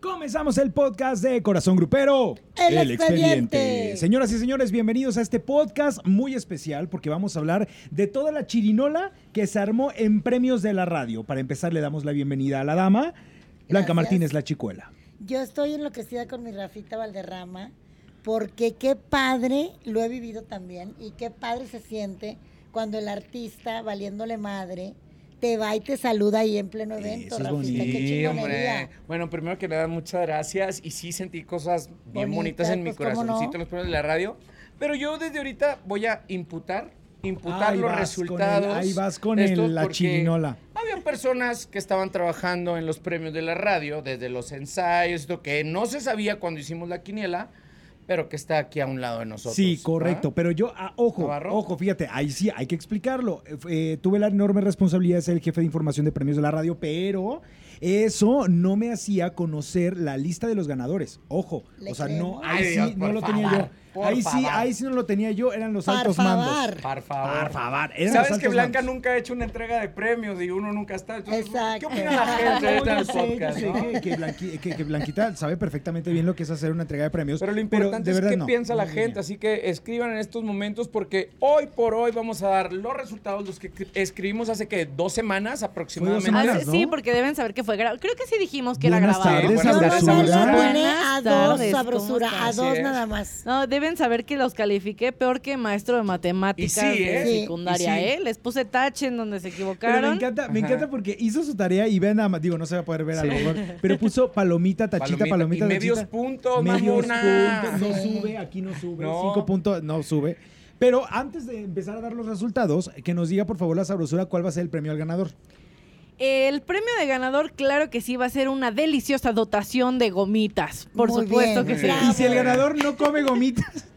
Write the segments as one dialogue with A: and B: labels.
A: Comenzamos el podcast de Corazón Grupero.
B: El expediente.
A: Señoras y señores, bienvenidos a este podcast muy especial porque vamos a hablar de toda la chirinola que se armó en premios de la radio. Para empezar, le damos la bienvenida a la dama, Blanca
B: Gracias.
A: Martínez La Chicuela.
B: Yo estoy enloquecida con mi Rafita Valderrama porque qué padre, lo he vivido también, y qué padre se siente cuando el artista, valiéndole madre, te va y te saluda ahí en pleno
A: Eso
B: evento,
A: es
B: Rafita,
A: bonito.
B: qué
C: Sí, hombre.
B: chingonería.
C: Bueno, primero que nada, muchas gracias. Y sí sentí cosas bien
B: Bonitas,
C: bonitas en mi
B: pues, ¿cómo
C: corazoncito,
B: no?
C: los premios de la radio. Pero yo desde ahorita voy a imputar, imputar
A: Ahí vas
C: los
A: con el-
C: resultados.
A: ahí vas con el-
C: estos
A: la
C: porque
A: chirinola.
C: Había personas que estaban trabajando en los premios de la radio, desde los ensayos, lo que no se sabía cuando hicimos la quiniela, pero que está aquí a un lado de nosotros.
A: Sí, correcto.
C: ¿va?
A: Pero yo, ah, ojo,
C: Navarro.
A: ojo, fíjate, ahí sí hay que explicarlo. Eh, f- eh, tuve la enorme responsabilidad de ser el jefe de información de premios de la radio, pero eso no me hacía conocer la lista de los ganadores. Ojo,
B: Le
A: o sea,
B: creemos.
A: no, ahí
C: Ay,
A: sí
C: Dios,
A: no
C: por
A: lo tenía
C: favor,
A: yo.
C: por
A: Ahí sí,
C: favor.
A: ahí sí no lo tenía yo, eran los
B: Por
A: altos mandos.
B: favor.
C: Por favor.
A: Por favor, eran los
C: Sabes que
A: altos
C: Blanca
A: mandos.
C: nunca ha hecho una entrega de premios y uno nunca está. Entonces,
B: Exacto.
C: ¿Qué opina la gente
A: No,
C: ahorita
A: yo
C: del
A: sé, yo
C: podcast?
A: sé
C: no?
A: que, que Blanqui- que- que Blanquita sabe perfectamente bien lo que es hacer una entrega de premios.
C: Pero lo importante
A: Pues, de
C: es
A: verdad
C: qué
A: no,
C: piensa
A: no
C: la
A: es
C: gente,
A: genial.
C: así que escriban en estos momentos porque hoy por hoy vamos a dar los resultados, los que escri- escribimos hace que dos semanas aproximadamente.
A: semanas,
D: Ah, sí,
A: ¿no?
D: Sí, porque deben saber que fue grabado. Creo que sí dijimos que
A: Buenas
D: era grabado.
A: tardes,
D: Buenas
C: sabrosura.
B: Yo no
D: tardes,
B: la
C: Buenas
B: pone a dos
D: tardes, ¿cómo
B: sabrosura, a
D: estás?
B: dos
C: Así es.
B: nada más.
D: No, deben saber que los califiqué peor que maestro de matemáticas
C: Y sí,
D: de
C: ¿eh?
B: Sí.
D: secundaria,
C: Y sí.
D: ¿eh? Les puse tache en donde se
A: Pero me
D: equivocaron.
A: encanta, me
C: Ajá.
A: encanta porque hizo su tarea y ve nada más, digo, no se va a poder ver a lo mejor, pero puso palomita, tachita,
C: Palomita,
A: palomita,
C: y
A: tachita.
C: medios puntos,
A: Medios
C: mamona.
A: puntos, no
B: Sí.
A: sube, aquí no sube,
C: No.
A: cinco puntos, no sube. Pero antes de empezar a dar los resultados, que nos diga por favor la sabrosura cuál va a ser el premio al ganador.
D: El premio de ganador, claro que sí, va a ser una deliciosa dotación de gomitas. Por
B: Muy
D: supuesto
B: bien,
D: que sí.
B: bravo.
A: Y si el ganador no come gomitas,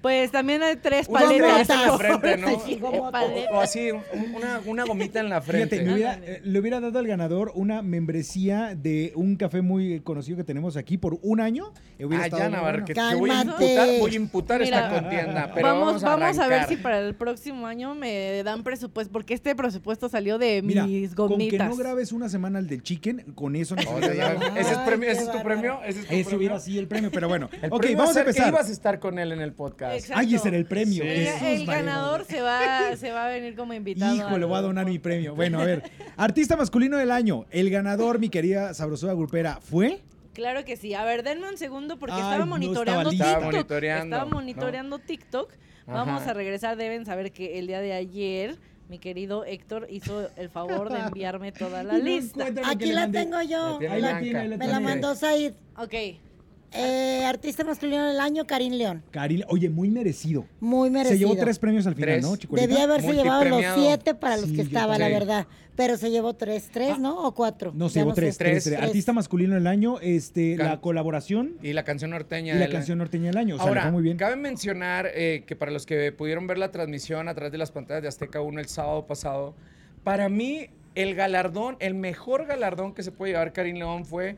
D: Pues también hay tres
C: Una
D: paletas.
C: gomita en la
B: Gomotas.
C: frente, ¿no?
B: Sí,
C: o,
B: gomotas.
C: o- o así, un- una, una gomita en la frente.
A: fíjate, me hubiera-
D: Ándale.
A: eh, le hubiera dado al ganador una membresía de un café muy conocido que tenemos aquí por un año. y hubiera
C: Ah,
A: estado
C: ya,
A: muy
C: Navarro,
A: bueno.
C: que que voy a
B: Cálmate.
C: imputar, voy a imputar
D: Mira,
C: esta contienda. Pero
D: vamos,
C: vamos,
D: vamos a ver
C: arrancar.
D: si para el próximo año me dan presupuesto, porque este presupuesto salió de
A: Mira,
D: mis
A: con que
D: gomitas.
A: no grabes una semana el de chicken, con eso nos
C: O
A: hubiera
C: sea, ya-
A: dado.
C: ¿Ese es,
B: Ay,
C: premio,
B: qué
C: ese es tu
B: bárbaro.
C: premio? ¿Ese es tu
A: Eso
C: premio?
A: hubiera sido el premio, pero bueno.
C: El
A: ok,
C: premio
A: vamos a
C: ser que
A: empezar.
C: ibas a estar con él en el podcast.
D: Exacto.
A: Ay, ese era el premio.
C: Sí.
D: El-
A: Jesús
D: el
A: María
D: ganador se va, se va a venir como invitado.
A: Hijo, le voy a
D: al-
A: donar mi premio. Bueno, a ver. Artista masculino del año. El ganador, mi querida sabrosura grupera, fue.
D: Claro que sí. A ver, denme un segundo porque
A: Ay,
D: estaba
A: no,
D: monitoreando
A: estaba
D: TikTok.
A: lista.
C: Estaba monitoreando,
D: Estaba monitoreando TikTok. Vamos
C: Ajá.
D: a regresar. Deben saber que el día de ayer mi querido Héctor hizo el favor de enviarme toda la
A: Y no
D: lista.
A: encuentro lo que
B: Aquí
A: le
B: la
A: mandé.
B: tengo yo.
C: tiene
A: Ahí la
C: Blanca.
A: tiene, ahí la
B: Me la
A: tiene.
B: mandó Said.
D: Ok.
B: Eh, artista masculino del año, Karim León.
A: Karina, oye, muy merecido.
B: Muy merecido.
A: Se llevó tres premios al final,
C: Tres.
A: ¿no, Chicuelita?
B: Debía haberse llevado los
C: Multipremiado.
B: siete para los
A: Sí,
B: que
A: yo
B: estaba, la
C: también.
B: verdad. Pero se llevó tres, tres,
A: Ah,
B: ¿no? ¿O cuatro?
A: No, se
B: Ya
A: llevó
B: sé.
A: tres, tres,
C: Tres.
A: tres. Artista masculino del año, este,
C: Can-
A: la colaboración
C: Y la canción
A: y
C: norteña. de
A: la canción norteña del año. O sea, le
C: Ahora,
A: fue muy bien.
C: cabe mencionar eh, que para los que pudieron ver la transmisión a través de las pantallas de Azteca 1 el sábado pasado, para mí el galardón, el mejor galardón que se puede llevar Karim León fue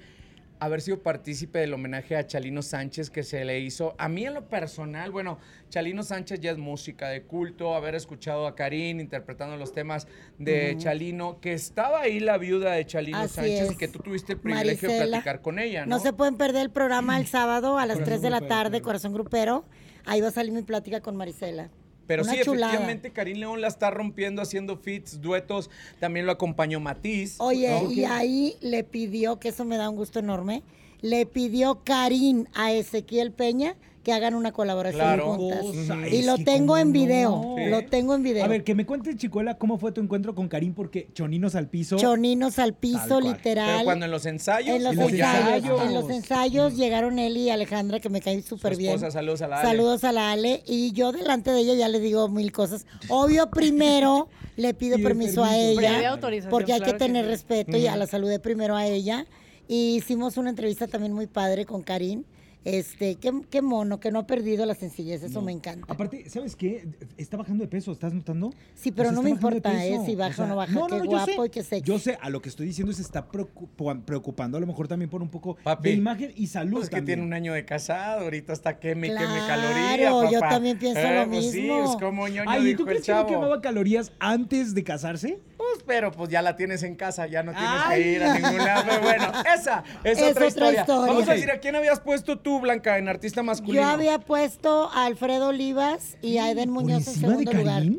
C: haber sido partícipe del homenaje a Chalino Sánchez que se le hizo. A mí en lo personal, bueno, Chalino Sánchez ya es música de culto, haber escuchado a Karim interpretando los temas de Chalino, que estaba ahí la viuda de Chalino
B: Así
C: Sánchez
B: es.
C: y que tú tuviste el privilegio de
B: Marisela.
C: platicar con ella, ¿no?
B: No se pueden perder el programa el sábado a las
A: Corazón
B: 3 de la
A: Grupero,
B: tarde,
A: claro.
B: Corazón Grupero. Ahí va a salir mi plática con Marisela.
C: Pero
B: Una
C: sí,
B: chulada.
C: efectivamente, Karim León la está rompiendo haciendo fits, duetos. También lo acompañó
A: Ah,
C: Matiz.
B: Oye,
C: ¿no?
B: y ahí le pidió, que eso me da un gusto enorme, le pidió Karim a Ezequiel Peña que hagan una colaboración
C: Claro.
B: juntas.
A: Cosa,
B: Y
A: es
B: lo
A: que
B: tengo
A: cómo
B: en video,
A: no.
C: Sí.
B: lo tengo en video.
A: A ver, que me cuentes, Chicuela, cómo fue tu encuentro con Karim, porque Choninos al piso.
B: Choninos al
A: Tal
B: piso,
A: cual.
C: Pero
B: literal.
C: cuando en los ensayos.
B: En los
C: o ya-
B: ensayos, en
C: Su
B: los ensayos llegaron él y Alejandra, que me caen súper bien.
C: esposa, saludos a la Ale.
B: Saludos a la Ale. Y yo delante de ella ya le digo mil cosas. Obvio, primero le pido
A: Pide
B: permiso a
A: permiso.
D: Previa
B: ella,
D: autorización.
B: porque hay que
D: claro
B: tener
D: sí.
B: respeto. Ya la saludé primero a ella. Y hicimos una entrevista también muy padre con Karim. Este, qué, qué mono, que no ha perdido la sencillez, eso me encanta.
A: Aparte, ¿sabes qué? Está bajando de peso, ¿estás notando?
B: Sí, pero
A: O sea,
B: no
A: está
B: me
A: bajando de
B: importa,
A: peso.
B: eh, si baja o no baja, qué
A: yo
B: guapo
A: sé,
B: y qué sexy.
A: Yo sé, a lo que estoy diciendo se está preocup- preocupando a lo mejor también por un poco
C: Papi,
A: de imagen y salud
C: Pues que tiene un año de casado, ahorita está queme, queme caloría.
B: Claro, yo
C: papá.
B: también pienso lo
C: pues Sí,
B: mismo.
C: es como ñoño
A: Ay, ¿y
C: dijo
A: tú
C: el
A: crees que no
C: chavo.
A: quemaba calorías antes de casarse?
C: Pues pero pues ya la tienes en casa, ya no tienes
A: Ay.
C: que ir a ningún lado. Pero Bueno, esa es, otra, historia. Vamos a decir, ¿a quién habías puesto tú, Blanca, en artista masculino?
B: Yo había puesto a Alfredo Olivas y a Eden
A: ¿Por
B: Muñoz en
A: encima de
B: segundo lugar.
A: Karim?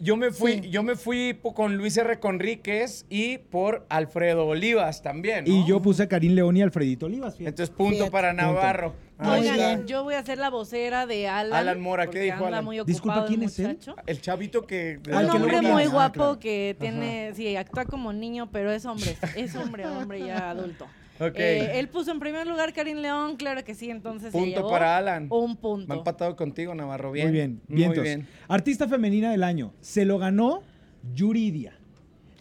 C: Yo me fui,
B: Sí.
C: yo me fui po- con Luis R. Conríquez y por Alfredo Olivas también. ¿no?
A: Y yo puse a Karim León y Alfredito Olivas. fíjate.
C: Entonces, punto
B: Fíjate.
C: para Navarro.
A: Ah,
B: Muy
C: Ahí está.
D: Oigan, yo voy a ser la vocera de Alan.
C: Alan Mora, ¿qué
D: porque
C: dijo
D: anda
C: Alan?
D: muy
A: Disculpa,
D: ocupado el
A: ¿quién es él?
D: muchacho.
C: El chavito que. de
A: Ah,
D: Un
A: el
C: la
A: que
D: hombre
A: logra.
C: película.
D: muy
A: Ah,
D: guapo
A: claro.
D: que tiene, sí, actúa como niño, pero es hombre, es hombre, hombre ya adulto.
C: Ok.
D: Eh, él puso en primer lugar Karim León, claro que sí, entonces se
C: Punto
D: llevó
C: para Alan.
D: Un
C: Me ha
D: punto.
C: empatado contigo, Navarro. Bien.
A: Muy bien,
C: Muy
A: vientos.
C: bien.
A: Artista femenina del año. Se lo ganó Yuridia.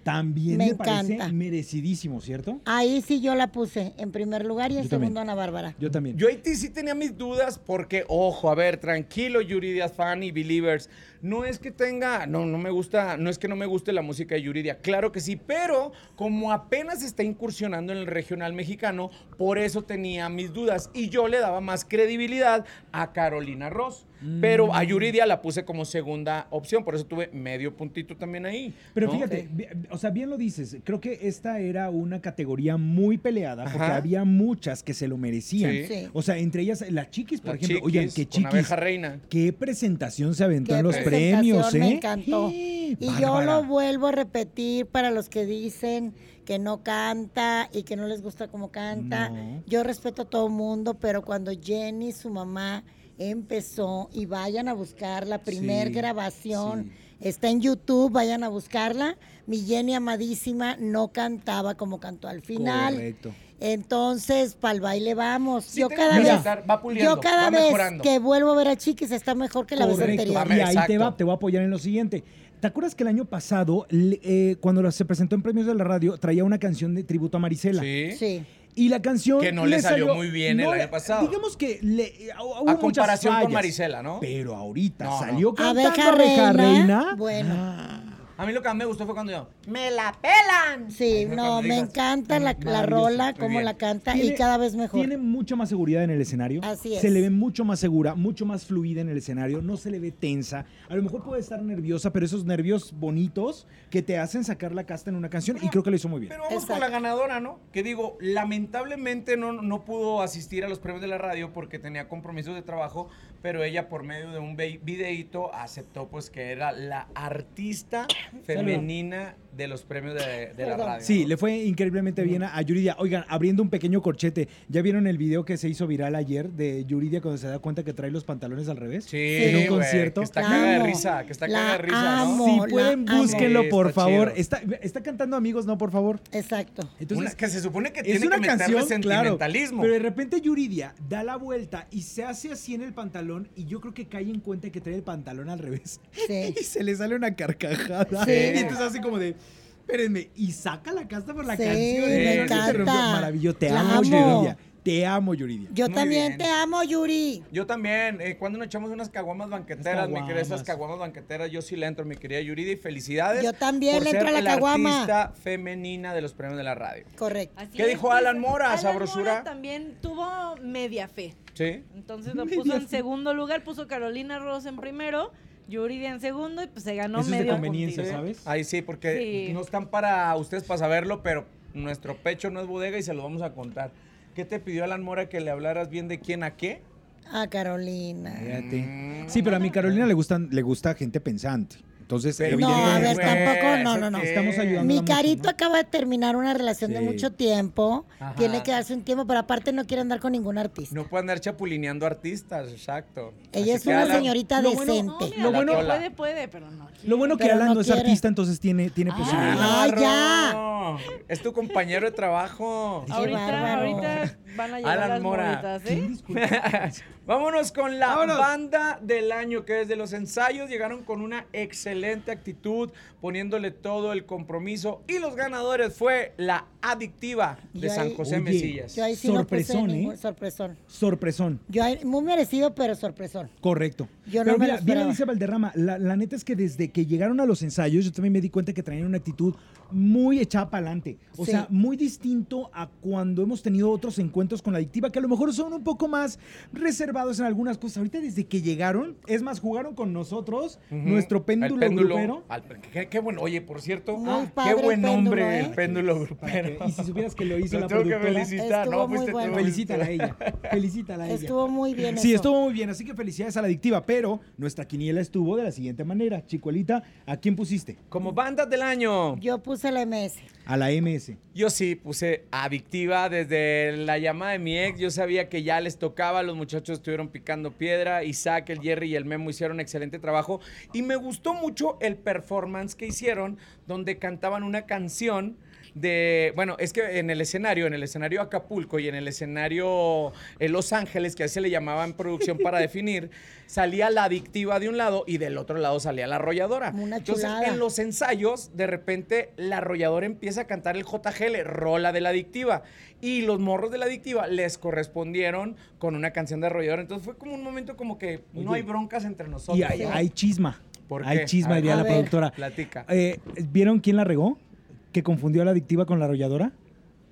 A: También me,
B: Me
A: parece
B: encanta.
A: merecidísimo, ¿cierto?
B: Ahí sí yo la puse en primer lugar y en
A: Yo también.
B: segundo Ana Bárbara.
A: Yo también.
C: Yo ahí t- sí tenía mis dudas porque, ojo, a ver, tranquilo, Yuridia, fan y believers. No es que tenga, no, no me gusta, no es que no me guste la música de Yuridia, claro que sí, pero como apenas está incursionando en el regional mexicano, por eso tenía mis dudas y yo le daba más credibilidad a Carolina Ross. Pero a Yuridia la puse como segunda opción, por eso tuve medio puntito también ahí.
A: Pero
C: ¿no?
A: fíjate, bi- o sea, bien lo dices, creo que esta era una categoría muy peleada porque
C: Ajá.
A: había muchas que se lo merecían.
C: Sí.
B: Sí.
A: O sea, entre ellas las chiquis, por
C: La
A: ejemplo.
C: Chiquis
A: Oigan, qué
C: Con
A: chiquis.
C: abeja reina.
A: Qué presentación se aventó
B: Qué
A: en los
B: presentación,
A: premios, ¿eh?
B: Me encantó.
A: ¡Eh!
B: Y yo
A: Bárbara.
B: lo vuelvo a repetir para los que dicen que no canta y que no les gusta cómo canta.
A: No.
B: Yo respeto a todo el mundo, pero cuando Jenny, su mamá, empezó y vayan a buscar la primer
A: Sí,
B: grabación, está en YouTube, vayan a buscarla. Mi Jenny amadísima no cantaba como cantó al final.
A: Correcto.
B: Entonces, para el baile vamos.
C: Sí,
B: yo
C: te-
B: cada
C: mira,
B: vez,
C: va puliendo,
B: yo cada
C: va
B: vez
C: mejorando.
B: que vuelvo a ver a Chiquis está mejor que la vez
A: Correcto.
B: anterior.
A: Y ahí te
C: Exacto.
A: va, te voy a apoyar en lo siguiente. ¿Te acuerdas que el año pasado, le- eh, cuando la- se presentó en premios de la radio, traía una canción de tributo a Marisela?
C: Sí.
B: Sí.
A: Y la canción.
C: Que no le salió muy bien el
A: le-
C: año pasado.
A: Digamos que le, eh, hubo
C: A
A: muchas
C: comparación con
A: fallas,
C: Marisela, ¿no?
A: Pero ahorita
C: No, no.
A: salió cantando
B: Abeja
A: Abeja Reina.
B: Reina, bueno.
A: Ah,
C: A mí lo que más me gustó fue cuando yo.
B: ¡Me la pelan! Sí,
C: Ajá,
B: no,
C: cuando
B: me
C: digas,
B: encanta la, la
A: maravilloso,
B: rola,
C: muy
B: cómo
C: bien.
B: la canta
A: tiene-
B: y cada vez mejor.
A: Tiene mucha más seguridad en el escenario.
B: Así
A: Se
B: es.
A: le ve mucho más segura, mucho más fluida en el escenario. No se le ve tensa. A lo mejor puede estar nerviosa, pero esos nervios bonitos que te hacen sacar la casta en una canción. y creo que lo hizo muy bien.
C: Pero vamos con
B: Exacto.
C: la ganadora, ¿no? Que digo, lamentablemente no, no pudo asistir a los premios de la radio porque tenía compromisos de trabajo, pero ella por medio de un ve- videíto aceptó pues que era la artista femenina de los premios de, de la
B: Perdón.
C: radio.
A: Sí,
C: ¿no?
A: le fue increíblemente bien a, a Yuridia. Oigan, abriendo un pequeño corchete, ¿ya vieron el video que se hizo viral ayer de Yuridia cuando se da cuenta que trae los pantalones al revés?
C: Sí,
A: en un
C: güey,
A: concierto.
C: Que está
B: La
C: caga de
B: amo.
C: risa, que está
B: La
C: caga de risa, ¿no?
B: amo.
A: Si
B: la
A: pueden,
B: amo.
A: búsquenlo,
C: Sí,
A: por
C: está
A: favor.
C: chido.
A: Está, está cantando amigos, no, por favor.
B: Exacto.
A: Entonces,
C: Una- que se supone que
A: es
C: tiene
A: una
C: que meterle
A: canción, claro.
C: sentimentalismo.
A: Pero de repente Yuridia da la vuelta y se hace así en el pantalón y yo creo que cae en cuenta que trae el pantalón al revés.
B: Sí.
A: Y se le sale una carcajada.
B: Sí.
A: Y entonces así como de, espérenme, y saca la casta por la
B: Sí,
A: canción.
B: me
A: Y no le
B: encanta.
A: interrumpió. Maravilloso. Te
B: La
A: amo,
B: amo.
A: Yuridia. Te amo, Yuridia.
B: Yo
C: Muy
B: también
C: bien.
B: te amo, Yuri.
C: Yo también. Eh, cuando nos echamos unas caguamas banqueteras, mi querida, esas
A: caguamas.
C: caguamas banqueteras, yo sí le entro, mi querida Yuridi. Felicidades.
B: Yo también
C: por
B: le entro
C: ser
B: a la caguama.
C: artista femenina de los premios de la radio.
B: Correcto.
D: Así
C: ¿Qué dijo Alan Mora,
D: Alan
C: sabrosura?
D: Mora también tuvo media fe.
C: ¿Sí?
D: Entonces lo puso en segundo lugar, puso Carolina Ross en primero, Yuridia en segundo y pues se ganó
A: Eso es de
D: medio
A: conveniencia,
D: puntito.
A: ¿sabes?
C: Ahí sí, porque
D: Sí.
C: no están para ustedes para saberlo, pero nuestro pecho no es bodega y se lo vamos a contar. ¿Qué te pidió Alan Mora que le hablaras bien de quién a qué?
B: A Ah, Carolina.
A: Fíjate.
C: Mm.
A: Sí, pero a mi Carolina le gustan, le gusta gente pensante. Entonces,
C: Pero
B: No, a
A: evidentemente,
B: ver,
C: güey,
B: tampoco, no,
C: ¿eso
B: no, no.
C: qué?
A: Estamos ayudando.
B: Mi
A: mucho,
B: carito
A: ¿no?
B: acaba de terminar una relación de
A: Sí.
B: mucho tiempo.
C: Ajá.
B: Tiene que darse un tiempo, pero aparte no quiere andar con ningún artista.
C: No puede andar chapulineando artistas, exacto.
B: Ella
C: Así
B: es
C: que,
B: una
C: Alan,
B: señorita
A: lo bueno-
D: No,
B: decente.
D: mira,
C: Lo
D: lo
C: bueno-
D: bueno puede, puede, pero no. quiere.
A: Lo bueno que
B: Pero
A: Alan no,
B: no
A: es
B: quiere.
A: artista, entonces tiene, tiene posibilidades.
B: Ah,
C: Navarro, Es tu compañero de trabajo.
B: Qué
D: Ahorita,
B: bárbaro.
D: ahorita van a llegar
C: Alan
D: las
C: Mora.
D: moritas, ¿eh?
C: Vámonos con la
A: Vámonos.
C: banda del año que desde los ensayos llegaron con una excelente actitud, poniéndole todo el compromiso y los ganadores fue la adictiva de
B: Yo
C: San
B: ahí-
C: José
A: Oye,
C: Mesillas.
B: Yo ahí sí
A: Sorpresón,
B: no puse
A: ¿eh?
B: ningún sorpresón.
A: Sorpresón.
B: Yo ahí- muy merecido, pero sorpresón.
A: Correcto.
B: Yo no
A: Pero
B: me
A: mira,
B: lo
A: bien lo
B: esperaba.
A: dice Valderrama, la, la neta es que desde que llegaron a los ensayos, yo también me di cuenta que traían una actitud muy echada para adelante. O
B: Sí.
A: sea, muy distinto a cuando hemos tenido otros cuentos con la adictiva, que a lo mejor son un poco más reservados en algunas cosas. Ahorita desde que llegaron, es más, jugaron con nosotros,
C: Ujú.
A: nuestro
C: Al
A: péndulo, grupero.
C: al- qué, qué bueno. Oye, por cierto,
B: Muy
C: qué
B: padre el
C: buen
B: péndulo,
C: nombre
B: ¿eh?
C: el péndulo
A: Para que-
C: grupero.
A: y si supieras que lo hizo
C: Lo
A: la
C: tengo que
A: productora,
C: felicitar,
B: Estuvo
C: ¿no?
B: muy
C: Fuiste
B: bueno.
C: tú.
A: felicítala a ella, felicítala a ella.
B: Estuvo muy bien
A: Sí,
B: eso.
A: estuvo muy bien, así que felicidades a la adictiva, pero nuestra quiniela estuvo de la siguiente manera. Chicuelita, ¿a quién pusiste?
C: Como bandas del año.
B: Yo puse la MS.
A: A la MS.
C: Yo sí puse adictiva desde la llamada de mi ex. Yo sabía que ya les tocaba. Los muchachos estuvieron picando piedra. Isaac, el Jerry y el Memo hicieron excelente trabajo. Y me gustó mucho el performance que hicieron, donde cantaban una canción de. Bueno, es que en el escenario, en el escenario Acapulco y en el escenario en Los Ángeles, que así se le llamaba en producción para definir, salía la adictiva de un lado y del otro lado salía la arrolladora.
B: Una
C: Entonces,
B: chulada.
C: en los los ensayos, de repente la arrolladora empieza a cantar el JGL, rola de la adictiva. Y los morros de la adictiva les correspondieron con una canción de arrolladora. Entonces fue como un momento como que no
A: Oye.
C: hay broncas entre nosotros.
A: Y hay,
C: ¿no?
A: hay chisma.
C: ¿Por
A: Hay
C: qué?
A: chisma,
C: A
A: diría la
B: ver.
A: productora.
C: Platica.
A: Eh, ¿Vieron quién la regó? ¿Que confundió a la adictiva con la arrolladora?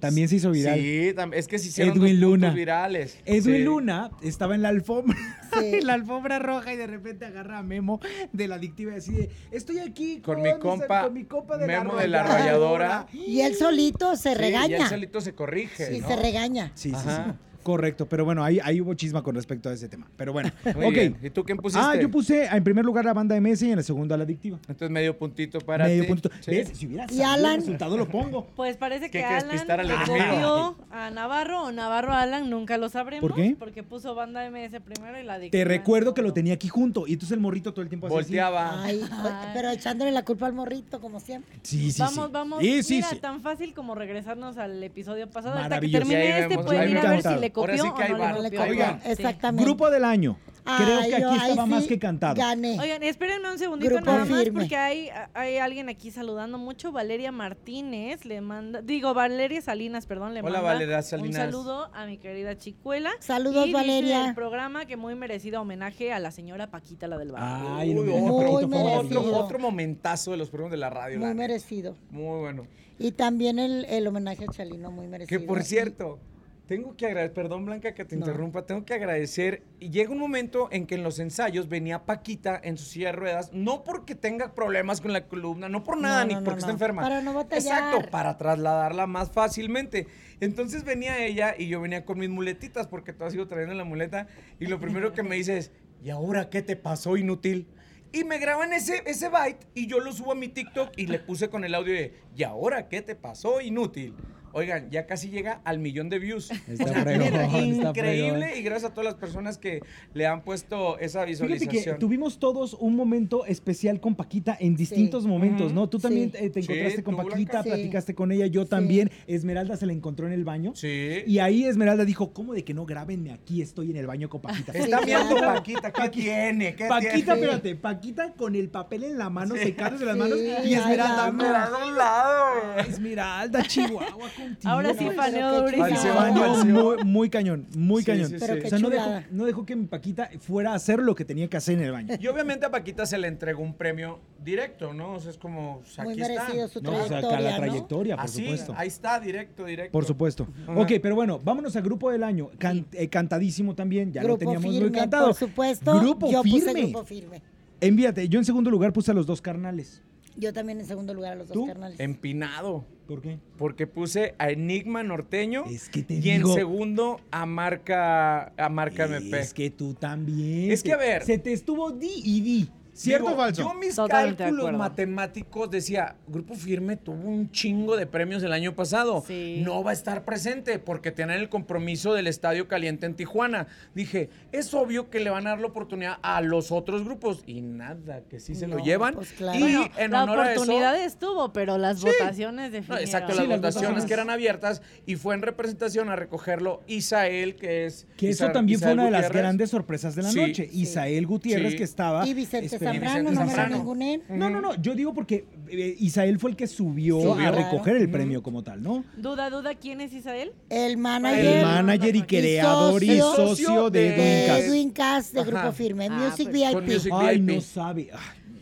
A: También se hizo viral.
C: Sí, tam- es que se hicieron
A: Edwin
C: dos puntos
A: Luna.
C: virales.
A: Edwin
C: Sí.
A: Luna estaba en la alfombra,
B: Sí.
A: en la alfombra roja y de repente agarra a Memo de la adictiva y decide, estoy aquí
C: Con mi compa,
A: con mi compa de
C: Memo
A: la
C: de la arrolladora.
B: Y él solito se
C: Sí,
B: regaña.
C: Y él solito se corrige.
B: y
C: ¿no?
B: se regaña.
A: Sí, sí,
C: Ajá.
A: sí. Correcto, pero bueno, ahí, ahí hubo chisma con respecto a ese tema. Pero bueno,
C: Muy
A: ok.
C: bien. ¿Y tú quién pusiste?
A: Ah, yo puse en primer lugar la banda MS y en el segundo a la adictiva.
C: Entonces medio puntito para
A: Medio
C: ti.
A: puntito.
C: Sí.
A: ¿Ves? Si hubiera
B: Y
A: sabido
B: Alan-
A: el resultado lo pongo.
D: Pues parece
C: ¿Qué
D: que
C: quieres,
D: Alan
C: pistar al
D: le
C: enemigo?
D: copió a Navarro o Navarro a Alan, nunca lo sabremos.
A: ¿Por qué?
D: Porque puso banda MS primero y la de.
A: Te recuerdo que lo tenía aquí junto y entonces el morrito todo el tiempo hacía así.
C: Volteaba.
B: Ay,
A: Ah.
D: Ay.
B: pero echándole la culpa al morrito, como siempre.
A: Sí, sí, sí.
D: vamos, vamos.
A: Sí, sí,
D: Mira,
A: sí. tan...
D: tan fácil como regresarnos al episodio pasado. Hasta que
A: Maravilloso.
C: Y ahí
D: termine este,
C: vemos,
D: pueden
A: ahí
D: ir a ver
A: vemos.
D: si le
C: Ahora
D: copió
C: sí que hay
D: o no
C: bar.
D: le
B: No le
D: copió.
C: Ahí Oigan, va.
B: copió. Exactamente.
A: Grupo del año. Creo
B: Ay,
A: que
B: yo
A: aquí
B: ahí
A: estaba
B: sí
A: más que cantado.
B: Gané.
D: Oigan, espérenme un segundito
B: Grupo
D: nada más
B: firme.
D: porque hay, hay alguien aquí saludando mucho. Valeria Martínez le manda, digo, Valeria Salinas, perdón, le
C: Hola,
D: manda
C: Valeria Salinas.
D: un saludo a mi querida Chicuela.
B: Saludos,
D: y
B: Valeria.
D: El programa que muy merecido homenaje a la señora Paquita, la del
C: Ah,
D: barrio.
A: Ay, el
C: Uy,
A: homenaje
B: Muy
A: a Paquito fue
B: merecido.
C: otro,
A: maravilloso.
C: otro momentazo de los programas de la radio. la
B: Muy
C: neta.
B: merecido.
C: Muy bueno.
B: Y también el, el homenaje a Chalino, muy merecido.
C: Que por cierto, tengo que agradecer, perdón Blanca que te
B: No.
C: interrumpa, tengo que agradecer. Y llega un momento en que en los ensayos venía Paquita en su silla de ruedas, no porque tenga problemas con la columna, no por nada,
B: No,
C: ni
B: no, no,
C: porque está
B: no.
C: enferma.
B: Para no batallar.
C: Exacto, para trasladarla más fácilmente. Entonces venía ella y yo venía con mis muletitas, porque tú has ido trayendo la muleta, y lo primero que me dice es, ¿y ahora qué te pasó, inútil? Y me graban ese, ese byte y yo lo subo a mi TikTok y le puse con el audio de, ¿y ahora qué te pasó, inútil? Oigan, ya casi llega al millón de views.
A: Está fregón,
C: era
A: está
C: increíble
A: fregón.
C: y gracias a todas las personas que le han puesto esa
A: Fíjate
C: visualización.
A: que tuvimos todos un momento especial con Paquita en distintos momentos,
C: Ujú.
A: ¿no? Tú también
B: Sí.
A: eh, te
C: Sí,
A: encontraste con
C: tú, Blanca.
A: Paquita,
B: Sí.
A: platicaste con ella, yo también. Esmeralda se la encontró en el baño.
C: Sí.
A: Y ahí Esmeralda dijo, ¿cómo de que no grábenme aquí? Estoy en el baño con Paquita.
C: Está
B: Sí,
C: viendo
B: claro.
C: Paquita, ¿qué tiene? ¿Qué
A: Paquita,
C: tiene?
A: espérate, Paquita con el papel en la mano, secándose las
B: Sí,
A: manos y
B: ay,
A: Esmeralda.
B: la
A: "Mira,
C: Esmeralda a un lado.
A: Esmeralda, Chihuahua contigo.
D: Ahora sí,
B: Pero
D: paneo
B: qué
D: durísimo.
A: Se
B: Falseo,
A: bañó
C: falseo.
A: muy, muy cañón, muy
C: Sí,
A: cañón.
C: sí, sí.
B: Pero qué
A: O sea, no dejó,
B: chulada.
A: no dejó que mi Paquita fuera a hacer lo que tenía que hacer en el baño.
C: Y obviamente a Paquita se le entregó un premio directo, ¿no? O sea, es como, o sea,
B: Muy
C: aquí
B: merecido
C: está.
B: su
A: pues, No, o sea, acá la
B: trayectoria, ¿no?
A: trayectoria, por
C: Así,
A: supuesto.
C: ahí está, directo, directo.
A: Por supuesto.
C: Ajá.
A: Ok, pero bueno, vámonos al grupo del año. Can- eh, cantadísimo también, ya lo
B: grupo
A: teníamos
B: firme,
A: muy cantado.
B: por supuesto.
A: Grupo
B: yo
A: firme.
B: puse grupo firme.
A: Envíate, yo en segundo lugar puse a los dos carnales.
B: Yo también en segundo lugar a los
A: ¿Tú?
B: dos carnales.
C: Empinado.
A: ¿Por qué?
C: Porque puse a Enigma Norteño.
A: Es que te
C: y
A: digo.
C: en segundo a Marca, a Marca MP.
A: Es que tú también.
C: Es que, a ver.
A: Se te estuvo di y di. ¿Cierto
C: Digo,
A: o falso?
C: Yo mis
D: Totalmente de
C: cálculos
D: acuerdo.
C: matemáticos decía, Grupo Firme tuvo un chingo de premios el año pasado.
D: Sí.
C: No va a estar presente porque tienen el compromiso del Estadio Caliente en Tijuana. Dije, es obvio que le van a dar la oportunidad a los otros grupos. Y nada, que sí se lo
B: No,
C: llevan.
B: pues claro.
C: Y
D: Bueno,
C: en
D: la
C: honor a eso-
D: oportunidad estuvo, pero las votaciones
C: no,
D: definieron.
C: exacto,
A: Sí,
C: las,
A: las
C: votaciones
A: votaciones.
C: que eran abiertas y fue en representación a recogerlo Isael, que es...
A: Que eso
C: Isa-
A: también fue
C: Isael
A: una de las
C: Gutiérrez.
A: grandes sorpresas de la
C: Sí.
A: noche. Isael Gutiérrez
C: Sí.
A: que estaba...
B: y Vicente
A: esperando-
B: Zambrano, no
C: Vicente
B: me em, lo
C: Zambrano.
B: ningunen.
A: No, no, no. Yo digo porque eh, Isael fue el que subió
B: Sí,
A: a
B: claro.
A: recoger el
C: Ujú.
A: premio como tal, ¿no?
D: Duda, duda, ¿quién es Isabel?
B: El manager.
A: El
C: Ayer-
A: manager y
D: Y
A: creador y
B: socio-
A: socio de
C: de
A: Edwin
B: de
A: Cass.
B: Edwin Cass de
C: Ajá.
B: Grupo Firme,
D: Ah,
B: Music
D: pues,
B: VIP.
C: con Music
A: Ay,
C: VIP.
A: no sabe. Ay,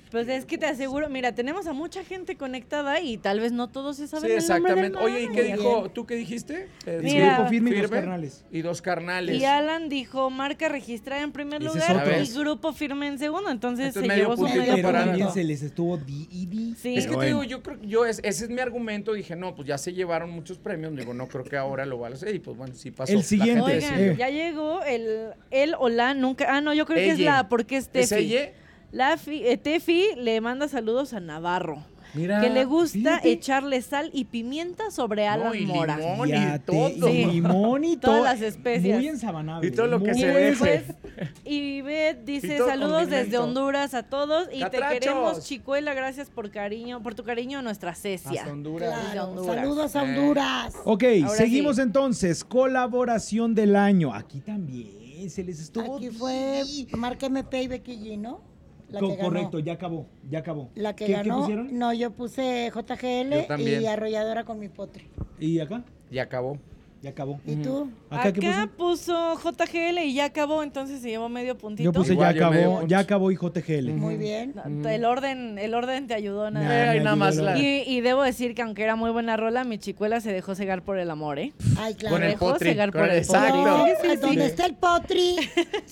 D: Pues es que te aseguro, mira, tenemos a mucha gente conectada y tal vez no todos se saben
C: Sí,
D: el nombre del
C: exactamente. Oye, ¿y qué
D: manager.
C: dijo? ¿Tú qué dijiste? Eh,
D: Mira.
A: Grupo firme y los
C: Firme
A: carnales.
C: Y dos carnales.
D: Y Alan dijo marca registrada en primer
A: Ese es
D: lugar
C: otro.
D: y grupo firme en segundo, entonces
C: Entonces,
D: se
C: Este medio
D: llevó su
C: puntito
D: medio
A: Pero
C: para-
D: punto.
A: también se les estuvo di y di.
D: Sí.
C: Es que
D: Pero
C: te
E: bueno.
C: digo, yo creo que yo, es- ese es mi argumento. Dije, no, pues ya se llevaron muchos premios. Digo, no creo que ahora lo van a hacer. Y pues bueno, sí pasó.
A: El
C: La
A: siguiente.
C: gente
D: Oigan,
C: decidió.
A: Eh.
D: ya llegó el él o la nunca. Ah, no, yo creo que es
C: Ella.
D: la porque es Tefi.
C: ¿Es ella?
D: La fi- eh, Tefi le manda saludos a Navarro,
C: Mira.
D: que le gusta
A: fíjate.
D: echarle sal y pimienta sobre Alan
C: y
D: Mora.
C: limón. Limón y
A: Yate,
C: todo.
A: y limón y
D: Todas
A: todo.
D: las especias.
A: Muy ensabanable.
C: Y todo lo que
A: muy
D: Y
C: se
A: bueno.
C: deje.
D: después, y Beth dice
C: Y todo
D: saludos desde
C: condimento.
D: Honduras a todos y
C: Catrachos.
D: te queremos Chicuela, gracias por cariño, por tu cariño a nuestra Cecia.
C: Hasta Honduras.
B: Claro,
D: Honduras.
B: saludos a
C: Eh.
B: Honduras.
A: Ok,
D: Ahora
A: seguimos
D: sí.
A: entonces. Colaboración del año. Aquí también se les estuvo.
B: Aquí
A: di-
B: fue Marca MP y Becky G, ¿no? La
A: Co-
B: que ganó.
A: correcto, ya acabó, ya acabó.
B: La que
A: ¿Qué- ¿Qué,
B: ganó.
A: pusieron?
B: no, yo puse
C: Yo
B: JGL
C: también.
B: y Arrolladora con mi potre.
A: ¿Y acá?
C: Y acabó.
A: Ya acabó.
B: ¿Y tú?
A: ¿Acá, qué
D: Acá
A: puso?
D: puso JGL y ya acabó, entonces se llevó medio puntito.
A: Yo puse
C: Igual,
A: ya
C: yo medio
A: acabó,
C: punto.
A: ya acabó IJGL.
B: Muy bien.
D: No, El orden, el orden te ayudó
A: Nah,
D: nada.
C: Eh, ahí
A: me
C: nada más
A: ayudó.
C: la-
D: Y, y debo decir que aunque era muy buena rola, mi chicuela se dejó cegar por el amor, ¿eh?
B: Ay, claro.
C: Con el
D: Dejó
C: potri.
D: cegar
C: con
D: por
C: el-
D: el potri.
C: exacto.
B: No,
D: Sí, sí,
B: donde
D: sí.
B: está el potri,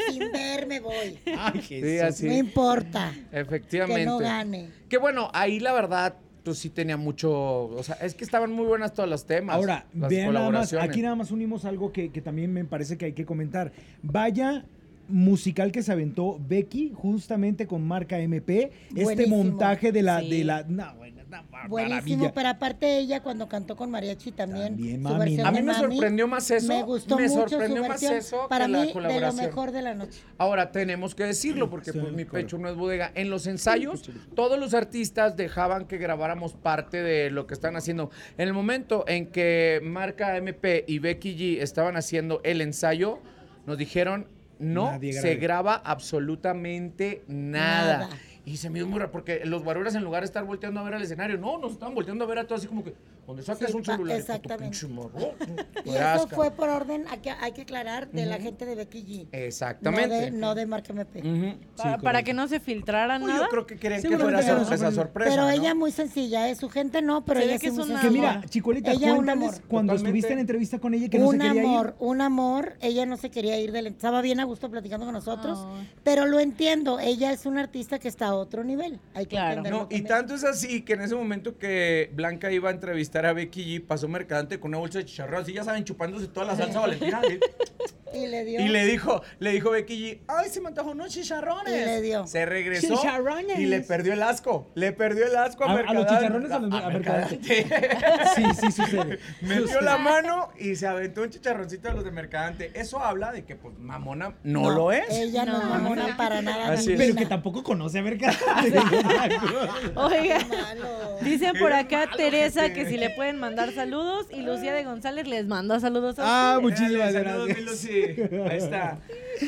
B: sin ver me voy.
A: Ay,
C: Sí,
A: Jesús.
B: No
C: así.
B: importa
C: Efectivamente.
B: que no gane.
C: Que bueno, ahí la verdad, pues sí tenía mucho. O sea, es que estaban muy buenas todos los temas.
A: Ahora,
C: las
A: vean nada más,
C: colaboraciones.
A: aquí nada más unimos algo que, que también me parece que hay que comentar. Vaya musical que se aventó Becky justamente con marca MP, este
B: Buenísimo.
A: montaje de la
D: Sí.
A: de la no, bueno, una
B: Buenísimo,
A: maravilla.
B: pero aparte ella cuando cantó con mariachi también,
A: También,
B: su
A: mami,
B: versión
A: ¿no?
C: A
B: de
C: mí me
B: Mami,
C: sorprendió más eso.
B: me gustó
C: me
B: mucho
C: sorprendió
B: su
C: más
B: versión.
C: eso
B: para
C: que
B: mí
C: la
B: de lo
C: colaboración.
B: mejor de la noche.
C: Ahora tenemos que decirlo porque
A: estoy
C: pues,
A: de
C: mi
A: acuerdo.
C: pecho no es bodega. En los ensayos todos los artistas dejaban que grabáramos parte de lo que están haciendo. En el momento en que Marca MP y Becky G estaban haciendo el ensayo, nos dijeron no
A: Nadie grabe".
C: se graba absolutamente nada.
B: Nada.
C: Y se me dio muy raro porque los guaruras en lugar de estar volteando a ver al escenario, no, nos estaban volteando a ver a todos así como que donde sacas
B: Sí,
C: un
B: pa-
C: celular.
B: exactamente.
C: Pinche morro,
B: Y eso
C: rasca.
B: fue por orden, hay que, hay que aclarar, de la gente de Becky G. No
C: Exactamente.
B: de, no de Marca MP.
C: Ujú.
D: Pa- Para, que no se filtrara
C: Pues
D: nada.
C: yo creo que querían que
A: Seguramente
C: fuera
A: ganó
C: sorpresa,
A: sorpresa.
C: sorpresa.
B: pero
C: ¿no?
B: ella muy sencilla, ¿eh? su gente no, pero
D: Se ve
B: ella
D: que
B: sí
D: es
B: muy
D: una-
A: Que
B: sencilla.
A: mira, Chicolita,
B: Ella un
A: cuéntales
B: amor.
A: cuando
C: Totalmente.
A: estuviste en entrevista con ella que no
B: un
A: se quería
B: amor,
A: ir.
B: un amor. Ella no se quería ir del. Estaba bien a gusto platicando con nosotros,
D: Ay.
B: pero lo entiendo. Ella es una artista que está a otro nivel. Hay que
D: Claro.
B: entenderlo
C: No, y
B: también.
C: tanto es así que en ese momento que Blanca iba a entrevistar a Becky G, pasó mercadante con una bolsa de chicharrón, así ya saben, chupándose toda la salsa valentina. así.
B: Y le dio.
C: Y le dijo, le dijo Becky G, ay, se me antojó unos chicharrones.
B: Y le dio.
C: Se regresó
A: Chicharrones.
C: y le perdió el asco. Le perdió el asco a,
A: A- a los
C: Mercadante.
A: chicharrones a los- a Sí, sí sucede.
C: Metió la mano y se aventó un chicharroncito a los de Mercadante. Eso habla de que, pues, mamona no, lo es.
B: Ella no, es
D: No.
B: mamona para nada.
C: Así es.
A: Pero
B: divina.
A: que tampoco conoce a Mercadante.
D: Oiga,
B: Qué malo.
D: dicen por acá
C: malo,
D: Teresa
C: gente.
D: que si le pueden mandar saludos y Lucía de González les manda saludos a
A: ah,
D: ustedes.
A: muchísimas
C: Dale, saludos, mi
A: gracias.
C: Lucy. Ahí está.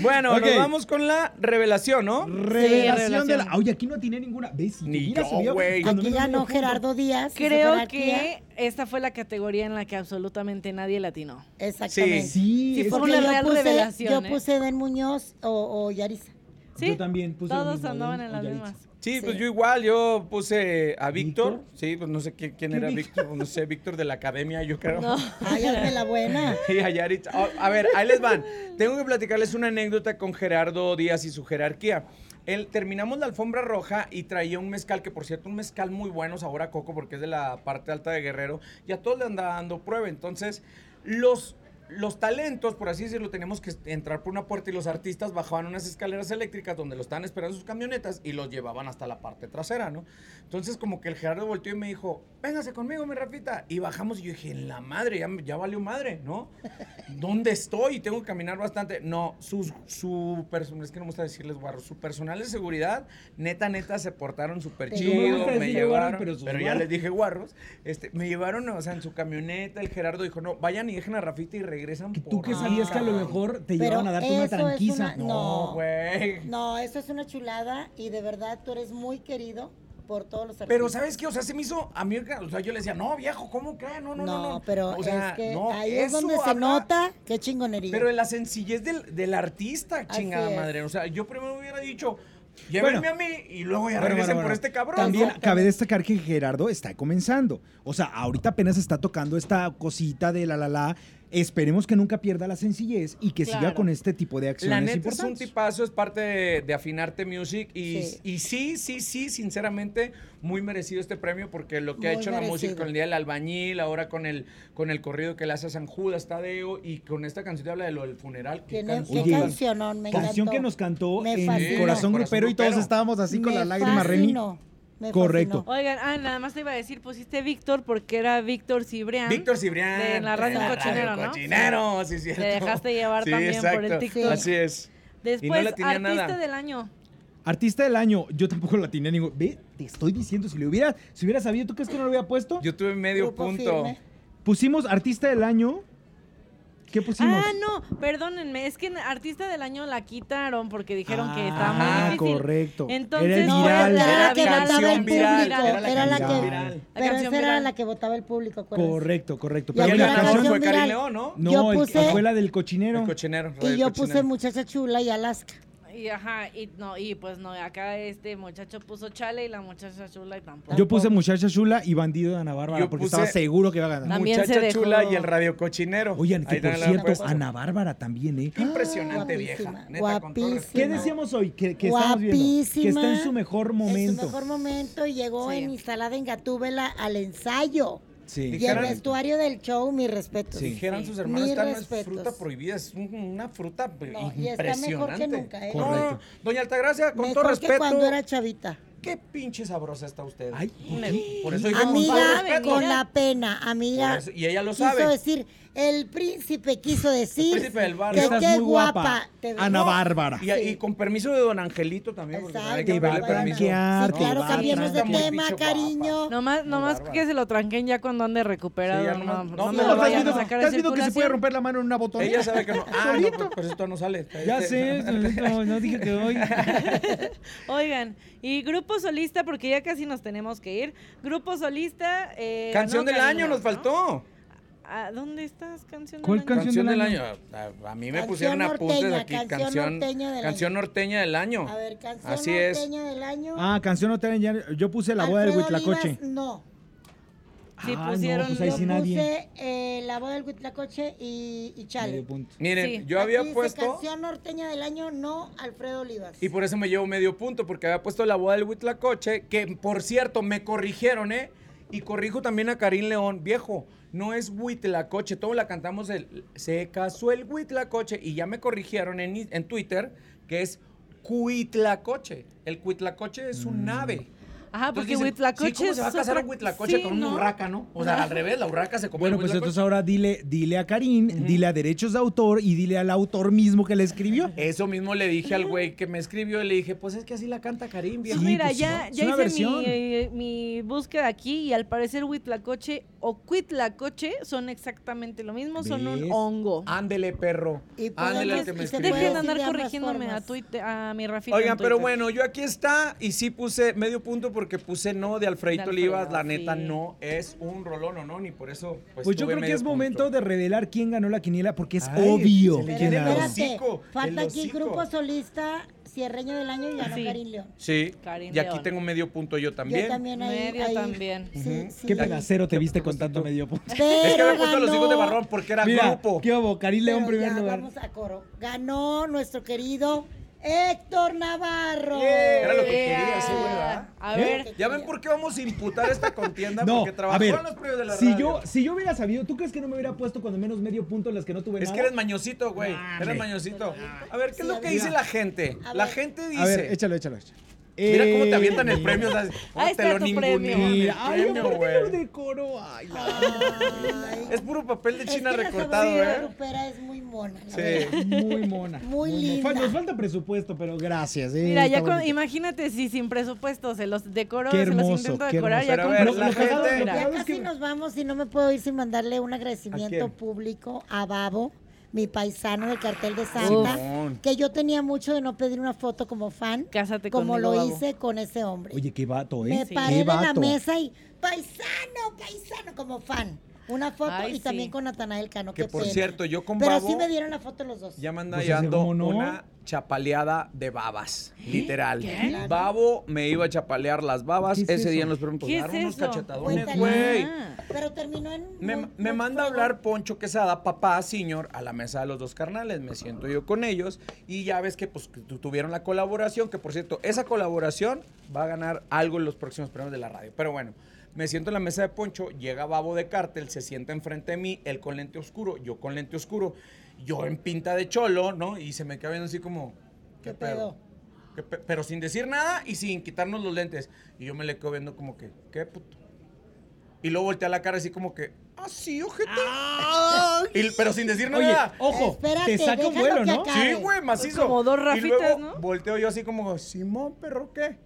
C: Bueno,
A: Ok.
C: nos vamos con la revelación, ¿no?
A: Revelación
D: Sí,
A: de la.
D: revelación.
A: Oye, aquí no tiene ninguna. ¿Ves? Si
C: Ni
A: tuviera
C: yo,
A: subido,
C: güey.
A: cuando
B: Aquí
A: menos
B: ganó
A: medio punto.
B: Gerardo Díaz. hizo
D: Creo
B: jerarquía.
D: que esta fue la categoría en la que absolutamente nadie latinó.
B: Exactamente.
A: Sí,
D: Sí,
A: es
D: fue
A: que
D: una
B: Porque yo
D: real
B: puse,
D: revelación,
B: yo
D: ¿eh?
B: puse Den Muñoz o, o Yarisa.
D: Sí,
A: Yo también puse lo
D: Todos
A: mismo,
D: andaban
A: Adán
D: en las
A: Oyaritza.
D: mismas.
C: Sí,
B: Sí.
C: pues yo igual, yo puse a Víctor.
A: ¿Víctor?
C: Sí, pues no sé quién, quién
A: ¿Qué
C: era
A: Víctor?
C: Víctor, no sé, Víctor de la academia, yo creo.
D: No.
B: Ay, hazme la buena.
C: Y a Yaritza. Oh, a ver, ahí les van. Tengo que platicarles una anécdota con Gerardo Díaz y su jerarquía. Él, terminamos la alfombra roja y traía un mezcal, que por cierto, un mezcal muy bueno, sabor a coco, porque es de la parte alta de Guerrero, y a todos le andaba dando prueba. Entonces, los, los talentos, por así decirlo, teníamos que entrar por una puerta y los artistas bajaban unas escaleras eléctricas donde los estaban esperando sus camionetas y los llevaban hasta la parte trasera, ¿no? Entonces, como que el Gerardo volteó y me dijo, véngase conmigo, mi Rafita. Y bajamos y yo dije, en la madre, ya, ya valió madre, ¿no? ¿Dónde estoy? Tengo que caminar bastante. No, su, su personal, es que no me gusta decirles guarro, su personal de seguridad, neta, neta, se portaron súper
B: Pero- No me
C: chido,
A: gusta
C: me
A: decirle guarros,
C: llevaron,
A: pero
C: pero,
A: sus
C: ya
A: guarros.
C: les dije guarros, este, me llevaron, o sea, en su camioneta, el Gerardo dijo, no, vayan y dejen a Rafita y regresan
A: Que tú
C: por
A: que
C: mí,
A: sabías que a lo
B: Ah.
C: cabrón".
A: mejor te
B: Pero
A: llevaban a darte una
B: eso es
A: tranquiza.
B: una-
C: No,
B: No.
C: güey.
B: No, eso es una chulada y de verdad tú eres muy querido por todos los artistas.
C: Pero, ¿sabes qué? O sea, se me hizo a mí, o sea, yo le decía, no, viejo, ¿cómo creen? No, no, no, no.
B: pero
C: O sea,
B: es que
C: no,
B: ahí es
C: eso
B: donde se
C: habla-
B: nota qué chingonería.
C: Pero de la sencillez del, del artista,
B: Así
C: chingada
B: es.
C: madre. O sea, yo primero hubiera dicho, Llévenme
A: Bueno.
C: a mí y luego ya
A: Bueno,
C: regresen
A: bueno,
C: por
A: bueno.
C: este cabrón.
A: También
C: ¿no?
A: cabe destacar que Gerardo está comenzando. O sea, ahorita apenas está tocando esta cosita de la la la. Esperemos que nunca pierda la sencillez y que siga
D: Claro.
A: con este tipo de acciones
C: La neta es un
A: importantes.
C: tipazo, es parte de, de Afinarte Music y
B: Sí.
C: sí. y sí, sí, sí, sinceramente, muy merecido este premio porque lo que ha
B: Muy
C: hecho la
B: merecido.
C: música con el Día del Albañil, ahora con el, con el corrido que le hace a San Judas Tadeo y con esta canción que habla de lo del funeral. qué
B: Tiene-
C: canción
B: qué
A: Oye,
C: tan-
B: cancionón, me encantó.
A: Canción que nos cantó
B: Me
A: en
B: fascinó.
A: Corazón
C: Corazón
A: Grupero y todos
C: Grupero.
A: estábamos así con
B: Me
A: la lágrima, Remy.
B: fascinó, me
A: Correcto.
B: fascinó.
D: Oigan, ah, nada más te iba a decir, pusiste Víctor porque era Víctor Cibrián.
C: Víctor Cibrián.
D: De la radio
C: de
D: Cochinero, ¿no?
C: Cochinero, sí, es cierto.
D: dejaste llevar también por el
B: TikTok.
C: Así es. y
D: Después,
C: no la tenía
D: artista
C: nada.
D: del año.
A: Artista del año, yo tampoco la tenía ningún. Ve, te estoy diciendo, si lo hubiera, si hubiera sabido, ¿tú crees que no lo hubiera puesto?
C: Yo tuve medio
B: Grupo
C: punto.
B: firme.
A: Pusimos artista del año. ¿Qué pusimos?
D: Ah, no, perdónenme, es que en artista del año la quitaron porque dijeron que estaba
A: Ah,
D: muy difícil.
A: correcto.
D: Entonces,
A: Era
B: No,
A: viral.
B: era la que
D: Era la
B: votaba el
D: canción viral,
B: público.
D: era la
B: Era la
A: canción
B: que.
A: viral.
D: La
B: Pero
D: canción
B: esa era
D: viral.
B: la que votaba el público, ¿acuerdas?
A: Correcto, correcto.
B: Y
A: Pero
B: había
A: la
B: una
A: canción
B: canción
A: fue
C: fue Karim
B: viral.
C: León, ¿no?
A: No,
B: Yo
A: el-
B: puse-
A: fue la del cochinero.
C: El cochinero. radio
B: Y yo
C: cochinero.
B: puse muchacha chula y Alaska.
D: Y ajá, y no, y pues no, acá este muchacho puso chale y la muchacha chula y tampoco.
A: Yo puse muchacha chula y bandido de Ana Bárbara
C: Yo
A: porque
C: puse-
A: estaba seguro que iba a ganar.
D: También se
C: Muchacha
D: dejó.
C: chula y el radio cochinero.
A: Oigan, que
C: Ahí
A: por
C: también la
A: cierto,
C: puesto.
A: Ana Bárbara también, ¿eh?
C: Impresionante
B: Guapísima,
C: vieja. Neta, con todo respeto.
A: ¿Qué
B: no.
A: decíamos hoy? Que, que estamos viendo. Que
B: Guapísima.
A: está en su mejor
B: En
A: momento.
B: su mejor momento y llegó
D: Sí.
B: en instalada en Gatúbela al ensayo.
A: Sí.
B: Y el vestuario del show, mi respeto.
A: Sí.
C: Dijeran sus
B: Sí.
C: hermanos,
B: Mis
C: esta no es
B: respetos.
C: fruta prohibida, es un- una fruta
B: No, y está
C: impresionante.
B: mejor que nunca, ¿eh?
C: No,
A: Correcto.
C: doña Altagracia, con
B: Mejor
C: todo
B: que
C: respeto,
B: cuando era chavita.
C: qué pinche sabrosa está usted.
A: Ay, ¿por qué?
C: por eso digo con todo
B: Amiga,
C: respeto.
B: con la pena, amiga.
C: Por eso- y ella lo
B: quiso
C: sabe.
B: decir, el príncipe quiso decir
C: El príncipe del barrio.
B: que
A: Estás
B: qué
A: muy
B: guapa.
A: guapa.
B: te ves.
A: Ana
B: No,
A: Bárbara.
C: Y, y con permiso de don Angelito también, porque
B: Exacto,
C: hay que
A: Te va a
C: pedirle permiso.
A: blanquear,
B: Sí,
A: te
B: claro,
A: va a
B: cambiemos de
A: tranquear.
B: tema, cariño.
D: Nomás, nomás
C: bárbara.
D: que se lo tranquen ya cuando ande recuperado.
C: Sí, ya
D: no,
C: nomás- no,
D: no, me
C: no,
D: lo
C: estás
D: vayan
C: viendo-
D: a sacar de
A: ¿Estás viendo que se puede
D: circulación.
A: romper la mano en una botonera?
C: Ella sabe que no. Ah, no, pero- pero esto no sale. Este,
A: Ya sé, no, no dije que hoy.
D: Oigan, y grupo solista, porque ya casi nos tenemos que ir. Grupo solista. eh,
C: Canción
D: ganó
C: del año
D: Karina,
C: nos
D: ¿no?
C: faltó.
D: Ah, ¿Dónde estás, canción
A: ¿Cuál
D: del año?
A: canción
C: Canción,
A: del
C: del año. A, a mí me
B: Canción
C: pusieron apuntes
B: norteña,
C: aquí.
B: canción
C: Canción,
B: norteña del
C: canción norteña del año.
B: A ver, canción
C: Así es.
B: norteña del año.
A: Ah, canción no te Yo puse la boda del
B: Alfredo
A: Huitlacoche.
B: Olivas, No,
D: Sí,
A: ah,
D: pusieron
A: no, pues
D: Ahí
A: ahí
B: yo
A: sí
B: puse
A: nadie.
B: eh, la boda del Huitlacoche y, y Chale.
A: Medio punto.
C: Miren,
D: Sí.
C: yo
B: Aquí
C: había
B: dice
C: puesto.
B: Canción norteña del año, no Alfredo Olivas.
C: Y por eso me llevo medio punto, porque había puesto la boda del Huitlacoche, que por cierto me corrigieron, ¿eh? Y corrijo también a Karim León, viejo, no es Huitlacoche, todos la cantamos el se casó el Huitlacoche, y ya me corrigieron en, i- en Twitter que es Cuitlacoche. El Cuitlacoche es un ave.
D: Ajá, Ah, porque
C: Entonces dicen,
D: Huitlacoche.
C: "Sí, ¿Cómo se va a
D: es
C: casar
D: otro-
C: un Huitlacoche
D: Sí,
C: con una
D: ¿no?
C: urraca, no? O sea, al revés, la urraca se come
A: Bueno,
C: el
A: pues entonces
C: Huitlacoche.
A: ahora dile, dile a Karim, dile a derechos de autor y dile al autor mismo que le escribió.
C: Eso mismo le dije al güey que me escribió y le dije, pues es que así la canta Karim,
D: Pues
C: viejo.
D: mira,
A: pues,
D: ya,
A: es
D: ya
A: una
D: hice mi,
A: versión.
D: eh, mi búsqueda aquí y al parecer Huitlacoche o Cuitlacoche son exactamente lo mismo, son un
A: ¿Ves?
D: hongo.
C: Ándele, perro.
B: Y pues,
C: Ándele al
D: Entonces,
C: que Ah, me
B: y se
C: escribió.
D: Dejen de
B: Puede decir
D: andar
B: de ambas
D: corrigiéndome a,
B: formas.
D: Twitter, a mi Rafita. en
C: Oigan, pero
D: Twitter.
C: bueno, yo aquí está y sí puse medio punto porque puse no de Alfredito
D: De Alfredo,
C: Olivas. La neta
D: sí.
C: no es un rolón o no, ni por eso. Pues,
A: Pues, yo creo que es momento de revelar quién ganó la quiniela porque es
C: Ay,
A: obvio
C: se le
A: quién
C: llena
A: ganó.
C: los-
B: Espérate,
C: hocico, el
B: falta aquí
C: hocico.
B: grupo solista, cierreño del año y ganó
D: Sí.
B: Karim León.
C: Sí,
D: Karim
C: y aquí
D: León.
C: tengo medio punto yo también.
B: Yo también ahí.
D: Medio
B: ahí.
D: también.
B: Sí,
C: Ujú.
B: sí,
A: Qué
B: sí.
A: penacero te viste con tanto medio punto.
C: Es que
B: Pero
C: había puesto a los
B: ganó-
C: hijos de Barrón porque era
A: Mira,
C: grupo.
A: ¿qué hubo? Karim León
B: Pero
A: primer
B: ya
A: lugar.
B: Vamos a coro. Ganó nuestro querido Héctor Navarro.
C: Era lo que quería, sí, güey, ¿verdad?
D: A
A: ¿Eh?
D: ver,
C: Ya ven por qué vamos a imputar esta contienda
A: No,
C: porque trabajó
A: a ver,
C: en los premios de la
A: si
C: radio.
A: yo, si yo hubiera sabido, ¿tú crees que no me hubiera puesto cuando menos medio punto en las que no tuve
C: Es
A: nada?
C: que eres mañosito, güey.
A: Nah,
C: Eres
A: hombre.
C: mañosito. A ver, ¿qué es
B: Sí,
C: lo que
B: a
C: dice
B: ver.
C: la gente?
B: A
C: La
B: ver.
C: gente dice.
A: A ver, échalo, échalo, échalo.
C: Mira cómo te
A: Eh,
C: avientan el premio. o sea, cómo
D: Ahí está
C: te lo
D: tu
C: ningunean
D: premio.
C: el
A: Ay,
C: premio,
A: aparte
C: güey.
A: lo decoró. Ay, la-
B: Ay.
C: Es puro papel de
B: Es que
C: China
B: la
C: recortado,
B: sobrina de
C: ¿eh?
B: Lupera es muy mona. la
C: Sí.
B: verdad.
A: Muy mona.
B: Muy
A: mona.
B: linda.
A: Fal- Nos falta presupuesto, pero gracias. eh,
D: mira, ya
A: está
D: con-
A: bonito.
D: imagínate si sin presupuesto se los decoró,
A: Qué
D: se
A: hermoso,
D: los intento
A: qué
D: decorar,
A: hermoso.
D: ya
C: Pero a
D: con
C: ver, la
D: presupuesto.
C: gente-
D: mira.
A: Claro,
B: Ya
A: es
B: casi
A: que-
B: nos vamos y no me puedo ir sin mandarle un agradecimiento
C: quién?
B: público a Babo, mi paisano del cartel de Santa,
C: Simón.
B: que yo tenía mucho de no pedir una foto como fan,
D: Cásate
B: como
D: conmigo,
B: lo
D: Babo.
B: hice con ese hombre.
A: Oye, qué vato, ¿eh?
B: me
A: Qué
B: paré de la
A: vato.
B: mesa y paisano, paisano como fan. Una foto
D: Ay,
B: y
D: sí.
B: también con Natanael Cano.
C: Que
B: qué
C: por
B: pena.
C: cierto, yo con
B: Pero
C: Babo
B: sí me dieron la foto los dos.
C: ya me anda
A: Pues,
C: llegando
A: ¿cómo no?
C: una chapaleada de babas, literal.
D: ¿Eh? ¿Qué?
C: Babo me iba a chapalear las babas
A: ¿Qué es
C: ese día
A: eso?
C: en los premios. pues,
D: ¿Qué es
C: dar unos
D: eso?
C: cachetadones,
B: Cuéntale.
C: güey.
D: Ah.
B: Pero terminó en.
C: Me,
B: muy-
C: me
B: muy
C: manda a
B: fuego.
C: hablar Poncho Quesada, papá, señor, a la mesa de los dos carnales. Me siento yo con ellos y ya ves que pues que tu- tuvieron la colaboración, que por cierto, esa colaboración va a ganar algo en los próximos premios de la radio. Pero bueno, me siento en la mesa de Poncho, llega Babo de Cártel, se sienta enfrente de mí, él con lente oscuro, yo con lente oscuro, yo en pinta de cholo, ¿no? Y se me queda viendo así como, ¿qué,
B: ¿Qué
C: pedo?
B: pedo?
C: ¿Qué pe- Pero sin decir nada y sin quitarnos los lentes. Y yo me le quedo viendo como que, ¿qué puto? Y luego voltea la cara así como que, ah, sí, ojete.
D: Ah,
C: Y- pero sin decir
A: Oye,
C: nada.
A: ojo,
B: Espérate,
A: te saca un
B: déjalo
A: vuelo,
B: que
A: ¿no?
B: acabe.
C: sí, güey, macizo.
D: Como dos
C: y
D: rafitas,
C: luego
D: ¿no?
C: volteo yo así como, Simón, perro, ¿qué?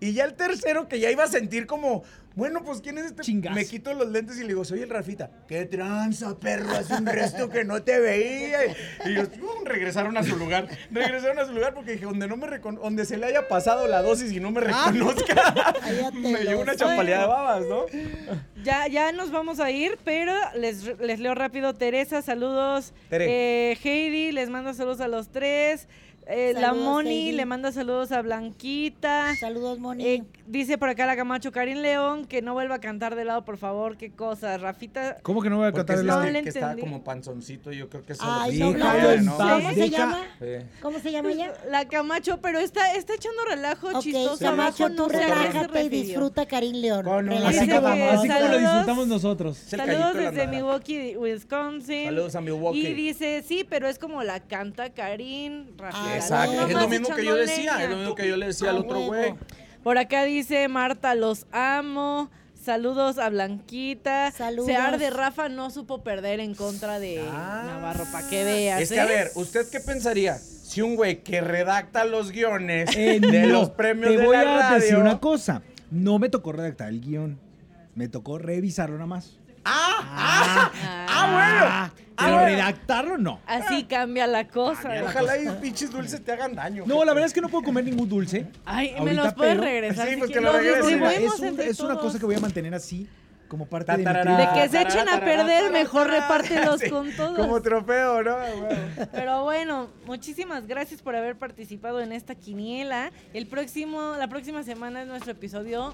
C: Y ya el tercero que ya iba a sentir como, bueno, pues ¿quién es este?
A: Chingazo.
C: Me quito los lentes y le digo, soy el Rafita. ¿Qué tranza, perro? Hace un resto que no te veía. Y y ellos "Uh", regresaron a su lugar. Regresaron a su lugar porque dije, donde, no me recon- donde se le haya pasado la dosis y no me
D: Ah.
C: reconozca.
B: Cállate
C: me dio
B: los-
C: una champaleada de babas, ¿no?
D: Ya, ya nos vamos a ir, pero les, les leo rápido. Teresa, saludos.
C: Tere.
D: Eh, Heidi, les manda saludos a los tres. Eh, la
B: Saludos,
D: Moni
B: Heidi.
D: le manda saludos a Blanquita.
B: Saludos, Moni.
D: Eh, dice por acá la Camacho Karin León que no vuelva a cantar de lado, por favor. Qué cosa, Rafita.
A: ¿Cómo que no voy a
C: Porque
A: cantar el este?
C: es
D: no
A: lado?
C: que,
D: le
C: que estaba
D: entendí.
C: como panzoncito, yo creo que se lo
B: Ay,
C: dije,
B: no,
A: Déjalo
B: Blanca,
A: en
C: ¿no?
A: paz,
B: ¿Cómo
A: deja-
B: se llama?
C: Sí.
B: ¿Cómo se llama ella?
D: La Camacho, pero está, está echando relajo
B: Ok,
D: chistoso.
B: Camacho,
D: abajo,
B: tú
D: no sé a qué se
B: relájate y
D: refirió.
B: disfruta Karim León.
C: Con un-
B: Relájate,
A: Así,
D: Dice
A: como,
D: que
A: así como lo
D: saludos.
A: disfrutamos nosotros.
C: Es el
D: Saludos
C: callito de la
D: desde
C: nada.
D: Milwaukee, Wisconsin.
C: Saludos a Milwaukee.
D: Y dice, sí, pero es como la canta Karin, Rafael.
C: Exacto.
B: Ah,
C: es lo
B: nomás
C: mismo que yo decía, es lo mismo que yo le
D: Ah,
C: decía al
B: A
C: otro
B: huevo.
C: güey.
D: Por acá dice Marta, los amo. Saludos a Blanquita.
B: Saludos.
D: Sear de Rafa no supo perder en contra de
C: Ah.
D: Navarro, para que veas.
C: Es que a
D: ¿eh?
C: ver, ¿usted qué pensaría? Si un güey que redacta los guiones
A: Eh,
C: de
A: no,
C: los premios
A: Te
C: de
A: voy
C: la
A: a
C: radio.
A: decir una cosa. No me tocó redactar el guión. Me tocó revisarlo nada más.
C: ¡Ah! ¡Ah! ¡Ah,
A: Ah,
C: bueno! Ah,
A: pero
C: bueno.
A: redactarlo no.
D: Así cambia la cosa.
C: Ojalá y pinches dulces te hagan daño.
A: No, la verdad es que no puedo comer ningún dulce.
C: Ah,
D: Ay, me
A: Ahorita,
D: los puedes
A: pero-
D: regresar.
C: Sí,
D: si
C: pues que
D: quieres.
C: lo regresen.
D: Los
A: Mira,
D: distribuimos
A: es, un-
D: entre
A: es una
D: todos.
A: cosa que voy a mantener así, como parte de mi
C: Tatarará,
D: De que se
C: tarará,
D: echen a
C: tarará,
D: perder,
C: tarará,
D: mejor
C: tarará.
D: repártelos
C: Sí,
D: con todos.
C: Como trofeo, ¿no? Bueno.
D: Pero bueno, muchísimas gracias por haber participado en esta quiniela. El próximo, la próxima semana es nuestro episodio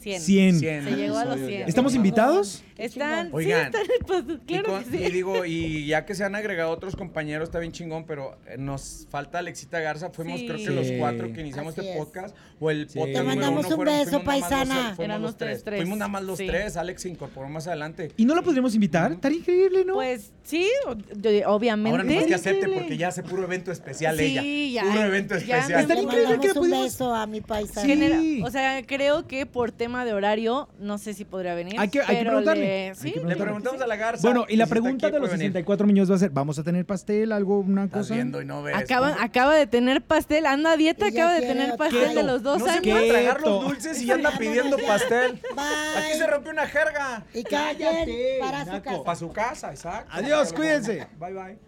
D: 100.
A: 100.
C: Cien
D: Se llegó a los
C: episodios ya.
D: 100.
A: ¿Estamos invitados?
D: Están,
C: Oigan,
D: sí, están, pues,
C: Y,
D: claro
C: con-
D: que sí.
C: y digo, y ya que se han agregado otros compañeros, está bien chingón, pero eh, nos falta Alexita Garza. Fuimos,
D: Sí.
C: creo que los
A: Sí.
C: cuatro que iniciamos
B: Así
C: este
B: es.
C: podcast. O el
A: Sí.
C: podcast.
A: Te
C: número
A: mandamos
C: uno
B: un beso,
C: fuimos nada más los-
B: paisana.
C: fuimos
D: Eran
C: los
D: ustedes
C: tres.
D: tres.
C: Fuimos nada más los
D: Sí.
C: tres. Alex se incorporó más adelante.
A: ¿Y no la podríamos invitar? Estaría increíble, ¿no?
D: Pues sí, o- yo- obviamente.
C: Ahora no más que acepte
D: Increíble.
C: porque ya hace puro evento especial
D: Sí,
C: ella.
D: ya,
C: Puro evento
D: ya
C: especial.
A: Estaría
B: Le
A: increíble que
B: mandamos un
A: pudimos-
B: beso a mi paisana.
A: Sí.
D: Genera- o sea, creo que por tema de horario, no sé si podría venir.
A: Hay que- hay que
D: pero
A: preguntarle,
D: le-
A: hay
D: sí,
A: que
C: Le
A: preguntarle.
C: preguntamos a la Garza.
A: Bueno, y la
C: si está
A: pregunta
C: aquí,
A: de los
C: puede venir.
A: 64 millones va a ser, ¿vamos a tener pastel, algo, una
C: Estás
A: cosa?
C: viendo y no ves.
D: Acaba, acaba de tener pastel, anda a dieta,
C: Pues
B: Y ya
D: acaba de
B: quiere
D: tener
B: otro.
D: pastel de los dos
C: no se
D: años.
C: puede tragar los
A: Quieto.
C: dulces y ya anda pidiendo pastel.
B: Bye.
C: Aquí se rompe una jerga.
B: Y cada quien para su
A: naco.
B: casa.
C: Para su casa, exacto.
A: Adiós, cuídense.
C: Bye, bye.